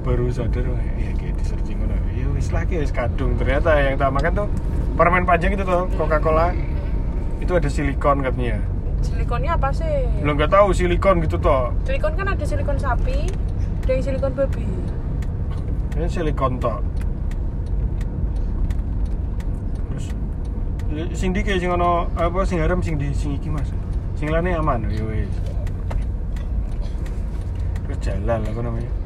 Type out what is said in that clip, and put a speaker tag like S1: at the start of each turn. S1: baru sadar wah ya kayak di searching ngono. Ya wis lagi wis kadung. Ternyata yang tak makan tuh permen panjang itu tuh Coca-Cola. Itu ada silikon katanya.
S2: silikonnya apa sih
S1: Lo nggak tahu silikon gitu toh.
S2: silikon kan ada silikon sapi ada yang silikon babi
S1: Ini silikon toh. Terus ya, sing di kayak sing ono apa sing haram sing di sing iki Mas. Sing lane aman ya wis. Terus jalan apa namanya?